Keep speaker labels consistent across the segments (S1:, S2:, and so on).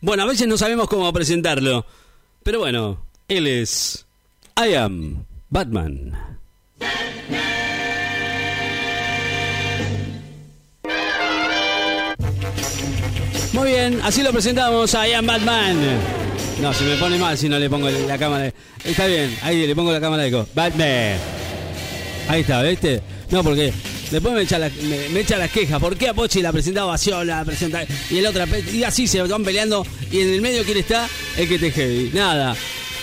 S1: Bueno, a veces no sabemos cómo presentarlo. Pero bueno, él es. I am Batman. Muy bien, así lo presentamos a I am Batman. No, se me pone mal si no le pongo la cámara. de- Está bien, ahí le pongo la cámara de eco. Batman. Ahí está, ¿viste? No, porque después me echa, la- me, me echa las quejas. ¿Por qué a Pochi la presenta vacío, la presenta y el otra? pe- Y así se van peleando. Y en el medio, ¿quién está? El que te heavy. Nada.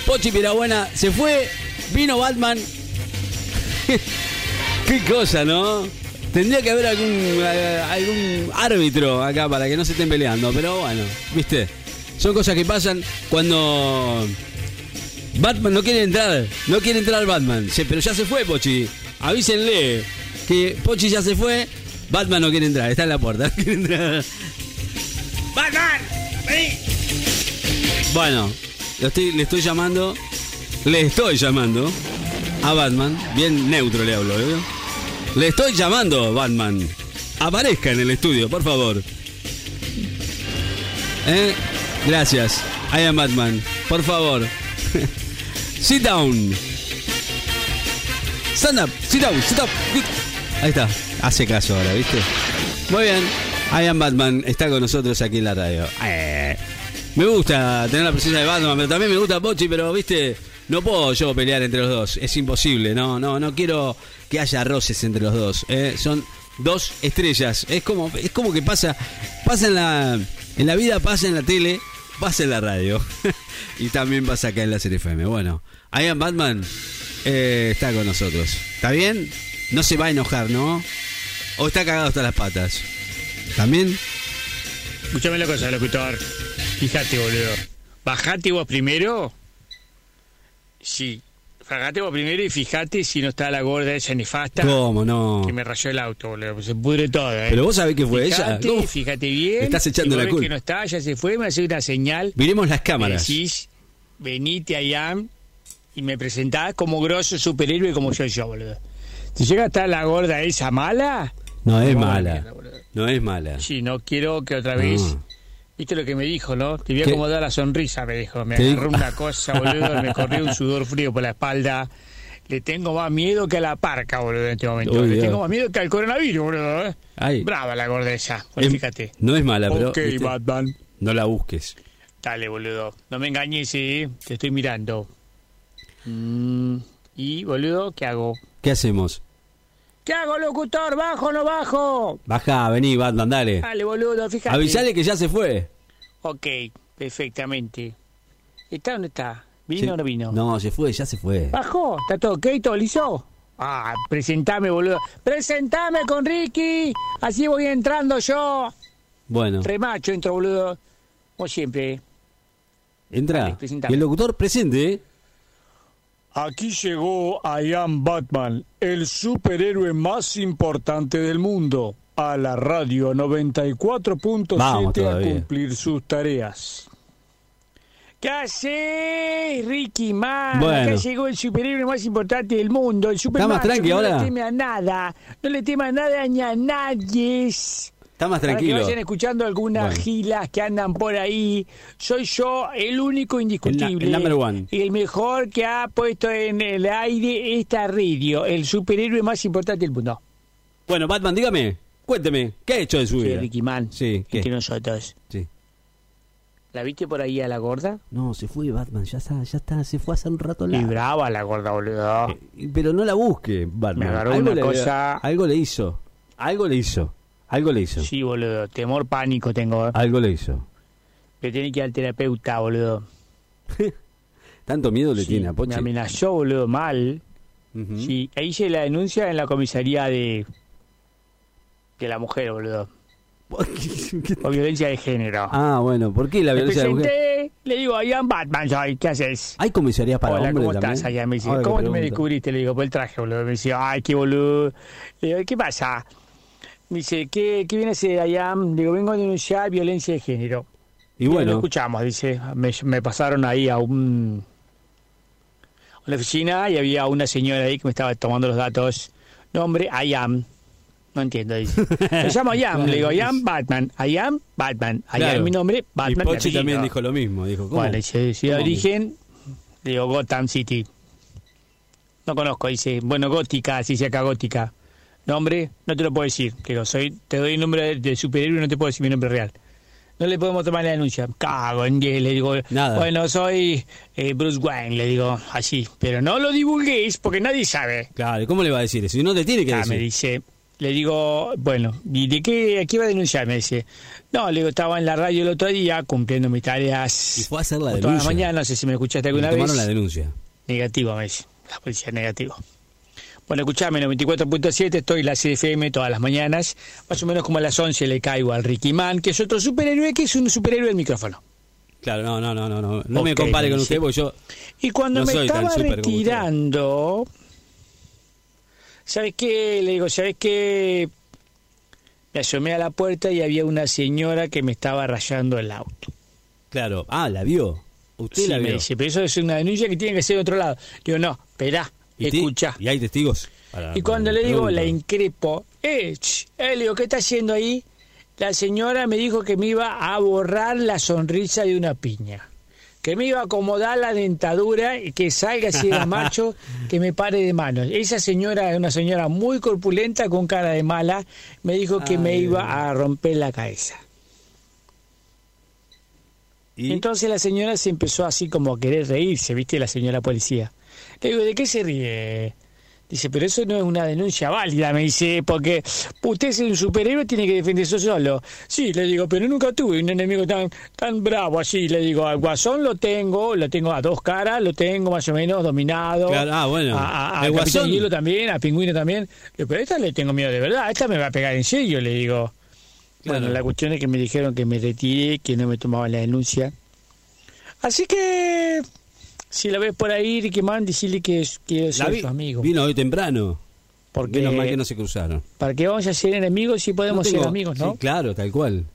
S1: Pochi Pirabuena se fue, vino Batman. qué cosa, ¿no? Tendría que haber algún, eh, algún árbitro acá para que no se estén peleando. Pero bueno, ¿viste? Son cosas que pasan cuando Batman no quiere entrar, no quiere entrar Batman, Se- pero ya se fue Pochi. Avísenle que Pochi ya se fue, Batman no quiere entrar, está en la puerta, no quiere entrar.
S2: ¡Batman! ¡Vení!
S1: Bueno, lo estoy- le estoy llamando, le estoy llamando a Batman, bien neutro le hablo, ¿eh? Le estoy llamando, Batman. Aparezca en el estudio, por favor. ¿Eh? Gracias. I am Batman. Por favor. sit down. Stand up. Sit down. Sit up. Ahí está. Hace caso ahora, ¿viste? Muy bien. I am Batman está con nosotros aquí en la radio. Eh, Me gusta tener la presencia de Batman, pero también me gusta Pochi, pero viste, no puedo yo pelear entre los dos. Es imposible, no, no, no quiero que haya roces entre los dos. eh. Son dos estrellas. Es como, es como que pasa, pasa en la, en la vida, pasa en la tele, pasa en la radio. y también pasa acá en la CFM. Bueno, I am Batman eh, está con nosotros. ¿Está bien? No se va a enojar, ¿no? O está cagado hasta las patas. ¿También?
S2: Escuchame la cosa, locutor. Fíjate, boludo. Bajate vos primero. Sí. Bajate vos primero y fijate si no está la gorda esa nefasta
S1: ¿Cómo no?
S2: que me rayó el auto, boludo. Se pudre todo, ¿eh?
S1: Pero vos sabés que fue ella.
S2: fijate,
S1: ¿Cómo?
S2: fíjate bien.
S1: Me estás echando
S2: Si vos
S1: la
S2: ves
S1: culpa.
S2: que no está, ya se fue, me hace una señal.
S1: Miremos las
S2: Me
S1: cámaras.
S2: decís, venite allá y me presentás como grosso superhéroe como soy yo, boludo. Si llega a estar la gorda esa mala,
S1: No es
S2: No,
S1: mala. Mm.
S2: mierda, boludo.
S1: No es mala.
S2: sí, no quiero que otra vez...
S1: No.
S2: Viste lo que me dijo, ¿no? Te voy a
S1: ¿Qué?
S2: acomodar la sonrisa, me dijo. Me
S1: Te
S2: agarró
S1: dijo-
S2: una cosa, boludo, me corrió un sudor frío por la espalda. Le tengo más miedo que a la parca, boludo, en este momento.
S1: Uy,
S2: Le
S1: Dios.
S2: tengo más miedo que al coronavirus, boludo, ¿eh?
S1: Ay.
S2: Brava la gordesa,
S1: Es-
S2: fíjate.
S1: No es mala, pero
S2: ok,
S1: Em, ¿viste?
S2: Batman.
S1: no la busques.
S2: Dale, boludo. No me engañes, ¿eh? Te estoy mirando. Mm, y, boludo, ¿qué hago?
S1: ¿Qué hacemos?
S2: ¿Qué hago, locutor? ¿Bajo o no bajo?
S1: Baja, vení, Batman, dale.
S2: Dale, boludo, fíjate.
S1: Avisale que ya se fue.
S2: Ok, perfectamente. ¿Está o no está? ¿Vino
S1: Sí.
S2: o no vino? Ah,
S1: No, se fue, ya se fue.
S2: ¿Bajó? ¿Está todo ok? ¿Todo liso? Ah, presentame, boludo. Presentame con Ricky. Así voy entrando yo.
S1: Bueno,
S2: Remacho entro, boludo. Como siempre.
S1: entra.
S2: Dale,
S1: Y
S2: presentame.
S1: el locutor presente. ¿eh?
S3: Aquí llegó I Am Batman, el superhéroe más importante del mundo, a la radio
S1: Vamos
S3: 94.7 a
S1: todavía.
S3: cumplir sus tareas.
S2: ¿Qué haces, Ricky Man?
S1: Bueno.
S2: Acá llegó el superhéroe más importante del mundo, el superman.
S1: más tranqui
S2: no
S1: ahora?
S2: le teme a nada. No le teme a nada ni a nadie.
S1: Está más
S2: Para que
S1: tranquilo.
S2: vayan escuchando algunas
S1: Bueno.
S2: gilas que andan por ahí. Soy yo el único indiscutible.
S1: El na- el number one.
S2: Y el mejor que ha puesto en el aire esta radio. El superhéroe más importante del mundo.
S1: Bueno, Batman, dígame. Cuénteme, ¿qué ha hecho de su
S2: Sí,
S1: vida?
S2: Ricky Man.
S1: Sí, ¿qué?
S2: Entre nosotros.
S1: Sí.
S2: ¿La viste por ahí a la gorda?
S1: No, se fue Batman, ya está, ya está, se fue hace un rato
S2: Y
S1: la... Eh,
S2: brava la gorda, boludo.
S1: Pero no la busque, Batman.
S2: Me agarró una
S1: le,
S2: cosa-
S1: algo le hizo. Algo le hizo. Algo le hizo.
S2: Sí, boludo. Temor, pánico tengo. ¿eh?
S1: Algo le hizo.
S2: Le tiene que ir al terapeuta, boludo.
S1: Tanto miedo le
S2: Sí,
S1: tiene a Pochi. Mm.
S2: me amenazó, boludo, mal.
S1: Ujú.
S2: Sí, ahí hice la denuncia en la comisaría de. de la mujer, boludo. Por violencia de género.
S1: Ah, bueno, ¿por qué la
S2: Me
S1: violencia de la mujer?
S2: presenté, le digo, Ian Batman, soy, ¿qué haces?
S1: ¿Hay comisarías para
S2: Hola,
S1: hombres
S2: ¿cómo
S1: también?
S2: estás allá? Me dice,
S1: Ahora que
S2: ¿cómo tú me
S1: pregunto.
S2: descubriste? Le digo, por el traje, boludo. Me dice, ay, qué boludo. Le digo, ¿qué pasa? Me dice, ¿qué, qué viene a hacer allá? Le digo, vengo a denunciar violencia de género.
S1: Y
S2: Lo
S1: bueno,
S2: escuchamos, dice. Me, me pasaron ahí a un a una oficina y había una señora ahí que me estaba tomando los datos. Nombre, I am. No entiendo. Dice. Me llamo Ian, le digo, Ian Batman. I am Batman. I
S1: Claro.
S2: am mi nombre,
S1: y
S2: Batman. mi
S1: Pochi también
S2: apellido.
S1: dijo lo mismo. Dijo, ¿cómo?
S2: Bueno, dice, ciudad de
S1: ¿Cómo?
S2: origen, le digo Gotham City. No conozco, dice, bueno, gótica, se dice acá gótica. Nombre, no te lo puedo decir. Te digo, soy, te doy el nombre de, de superhéroe y no te puedo decir mi nombre real. No le podemos tomar la denuncia. Cago en diez, le digo.
S1: Nada.
S2: Bueno, soy eh, Bruce Wayne, le digo así. Pero no lo divulguéis porque nadie sabe.
S1: Claro, ¿cómo le va a decir eso? Y no te tiene que
S2: Ah, me
S1: decir.
S2: dice, le digo, bueno, ¿y de qué, a qué iba a denunciar? Me dice, no, le digo, estaba en la radio el otro día cumpliendo mis tareas.
S1: Y fue a hacer la
S2: o toda la
S1: denuncia.
S2: mañana, no sé si me escuchaste
S1: Le
S2: alguna
S1: tomaron
S2: vez.
S1: la denuncia.
S2: Negativo, me dice, la policía negativo. Bueno, escuchame, 94.7, estoy en la CFM todas las mañanas, más o menos como a las 11 le caigo al Ricky Man, que es otro superhéroe, que es un superhéroe del micrófono.
S1: Claro, no, no, no, no. No, no me
S2: Ok,
S1: compare
S2: me
S1: con
S2: dice.
S1: usted porque yo.
S2: Y cuando
S1: No
S2: me
S1: soy tan
S2: estaba
S1: súper como usted.
S2: retirando, ¿sabes qué? Le digo, ¿sabes qué? Me asomé a la puerta y había una señora que me estaba rayando el auto.
S1: Claro. Ah, la vio. Usted
S2: Sí,
S1: la
S2: me
S1: vio.
S2: dice, pero eso es una denuncia que tiene que ser de otro lado. Digo, no, esperá,
S1: ti-
S2: escucha.
S1: ¿Y hay testigos? Para-
S2: Y cuando
S1: para-
S2: le digo,
S1: pregunto.
S2: la increpo, eh, ch, eh, le digo, ¿qué está haciendo ahí? La señora me dijo que me iba a borrar la sonrisa de una piña, que me iba a acomodar la dentadura y que salga si era macho, que me pare de manos. Esa señora, una señora muy corpulenta con cara de mala, me dijo que me
S1: Ay,
S2: iba a romper la cabeza.
S1: Y-
S2: Entonces la señora se empezó así como a querer reírse, ¿viste? La señora policía. Le digo, ¿de qué se ríe? Dice, pero eso no es una denuncia válida, me dice, porque usted es un superhéroe, tiene que defenderse solo. Sí, le digo, pero nunca tuve un enemigo tan, tan bravo así. Le digo, al guasón lo tengo, lo tengo a dos caras, lo tengo más o menos dominado.
S1: Claro, ah, bueno.
S2: A, a,
S1: El
S2: al Capitán
S1: Guasón.
S2: Hielo también, a Pingüino también. Le digo, pero a esta le tengo miedo de verdad, a esta me va a pegar en serio, le digo. Bueno,
S1: Claro.
S2: la cuestión es que me dijeron que me retiré, que no me tomaban la denuncia. Así que, si la ves por ahí, Ricky Man, decirle que es- quiero
S1: La
S2: ser
S1: vi-
S2: su amigo.
S1: Vino hoy temprano.
S2: Porque
S1: Menos mal que no se cruzaron.
S2: ¿Para qué vamos a ser enemigos si podemos
S1: No tengo-
S2: ser amigos, no?
S1: Sí, claro, tal cual.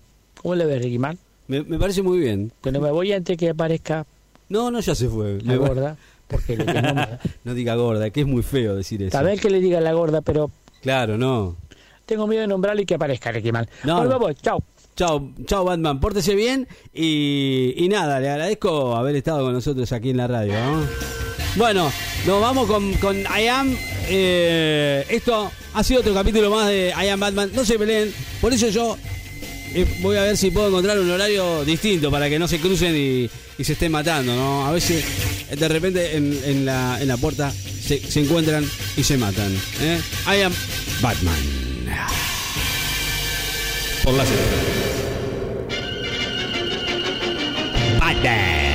S2: ¿Cómo la ves, Ricky Man?
S1: Me, me parece muy bien.
S2: Que no me voy antes que aparezca
S1: No, no, ya se fue.
S2: la
S1: Me va-
S2: gorda. Porque le tengo miedo.
S1: no diga gorda, que es muy feo decir eso.
S2: Tal vez que le diga la gorda, pero
S1: Claro, no.
S2: tengo miedo de nombrarle y que aparezca Ricky Man.
S1: No.
S2: Bueno, vamos, chao.
S1: Chao, chao Batman, pórtese bien y, y nada, le agradezco haber estado con nosotros aquí en la radio. ¿no? Bueno, nos vamos con, con I Am. eh, esto ha sido otro capítulo más de I Am Batman. No se peleen, por eso yo eh, voy a ver si puedo encontrar un horario distinto para que no se crucen y, y se estén matando. ¿no? A veces eh, de repente en, en la, en la puerta se, se encuentran y se matan. ¿eh? I Am Batman. Por la ciudad. Batman.